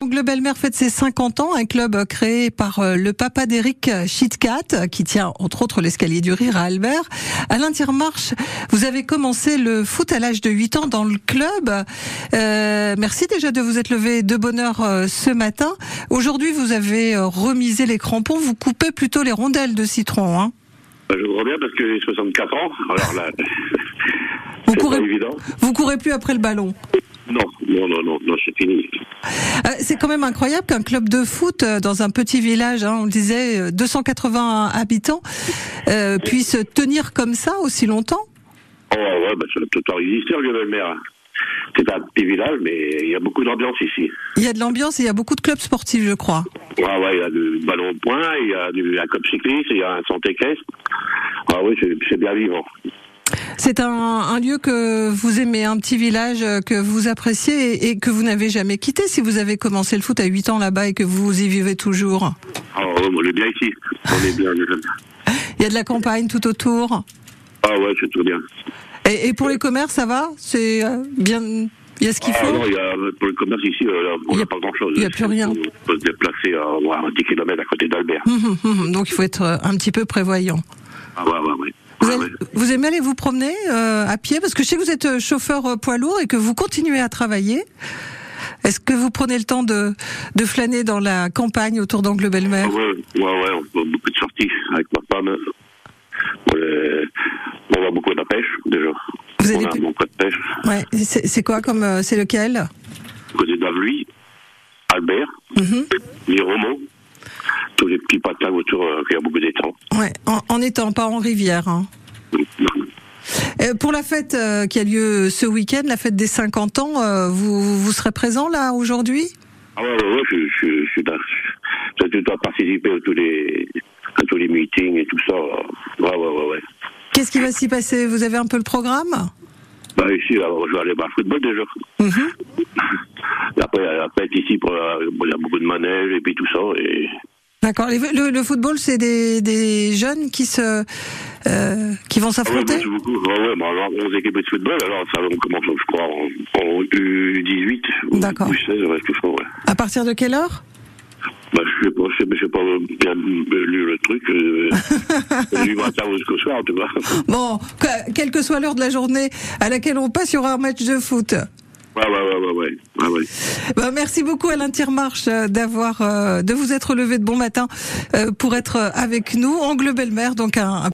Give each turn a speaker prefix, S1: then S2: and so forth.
S1: L'Aigle Belle-Mère fête ses 50 ans, un club créé par euh, le papa d'Eric Chitkat, qui tient entre autres l'escalier du rire à Albert. Alain Tirmarche, vous avez commencé le foot à l'âge de 8 ans dans le club. Euh, merci déjà de vous être levé de bonne heure euh, ce matin. Aujourd'hui, vous avez euh, remisé les crampons, vous coupez plutôt les rondelles de citron. Hein
S2: Bah, je vous bien parce que j'ai 64 ans, alors là,
S1: vous courez, pas évident. vous courez plus après le ballon.
S2: Non, non, non, non, non c'est fini.
S1: Euh, c'est quand même incroyable qu'un club de foot euh, dans un petit village, hein, on le disait euh, 280 habitants, euh, puisse tenir comme ça aussi longtemps.
S2: Oh ouais, bah, ça a tout existé, le belle-mère. C'est un petit village, mais il y a beaucoup d'ambiance ici.
S1: Il y a de l'ambiance et il y a beaucoup de clubs sportifs, je crois.
S2: Ah ouais, il y a du ballon au point, il y a du, un club cycliste, il y a un santé caisse. Ah oui, c'est bien vivant.
S1: C'est un, un, lieu que vous aimez, un petit village euh, que vous appréciez et, et que vous n'avez jamais quitté si vous avez commencé le foot à 8 ans là-bas et que vous y vivez toujours.
S2: Oh, on est bien ici. On est bien,
S1: Il y a de la campagne tout autour.
S2: Ah ouais, c'est tout bien.
S1: Et, et, pour les commerces, ça va C'est euh, bien. Il y a ce qu'il faut. Ah
S2: non, il y a, pour le commerce ici, euh, on n'a pas grand-chose.
S1: Il n'y a plus rien.
S2: On peut se déplacer euh, à, à 10 km à côté d'Albert.
S1: Mmh, mmh, donc il faut être un petit peu prévoyant.
S2: Ah ouais, ouais, ouais.
S1: Vous, allez, vous, aimez aller vous promener euh, à pied Parce que je sais que vous êtes chauffeur euh, poids lourd et que vous continuez à travailler. Est-ce que vous prenez le temps de, de flâner dans la campagne autour d'Angle Belle-Mère
S2: Oui, ouais, ouais, on fait beaucoup de sorties avec ma femme. Euh, on va beaucoup à la pêche, déjà.
S1: Vous
S2: on a un bon de pêche.
S1: Ouais, c'est quoi comme... euh, c'est lequel
S2: Côté d'Avluy, Albert, mm -hmm. les Romans tous les petits patins autour euh, il y a beaucoup d'étangs.
S1: Ouais, en, en, étang, pas en rivière. Hein. Euh, pour la fête euh, qui a lieu ce week-end, la fête des 50 ans, euh, vous, vous serez présent là aujourd'hui
S2: Ah ouais, ouais, ouais, je, je, je suis là. Je dois participer à tous les, à tous les meetings et tout ça. Ouais, ouais, ouais. ouais.
S1: Qu'est-ce qui va s'y passer Vous avez un peu le programme Mhm.
S2: bah ici, je vais aller voir le football déjà. Mm -hmm. Après, après ici, euh, il y a beaucoup de manèges et puis tout ça. Et...
S1: D'accord. Le, le, football, c'est des, des, jeunes qui se euh, qui vont s'affronter.
S2: Ah oui, bah, ouais, bah, alors, 11 équipes de football. Alors ça, on commence, je crois, en, en U18 ou U16, ouais, tout ça, ouais.
S1: À partir de quelle heure
S2: bah, je sais pas, je sais, je sais pas bien lu le truc. Euh, du matin jusqu'au soir, en tout cas.
S1: Bon, que, quelle que soit l'heure de la journée à laquelle on passe, il y aura un match de foot.
S2: Ouais, ouais, ouais,
S1: bah, merci beaucoup Alain Tirmarche euh, d'avoir euh, de vous être levé de bon matin euh, pour être avec nous. Angle Belle-Mère, donc un, un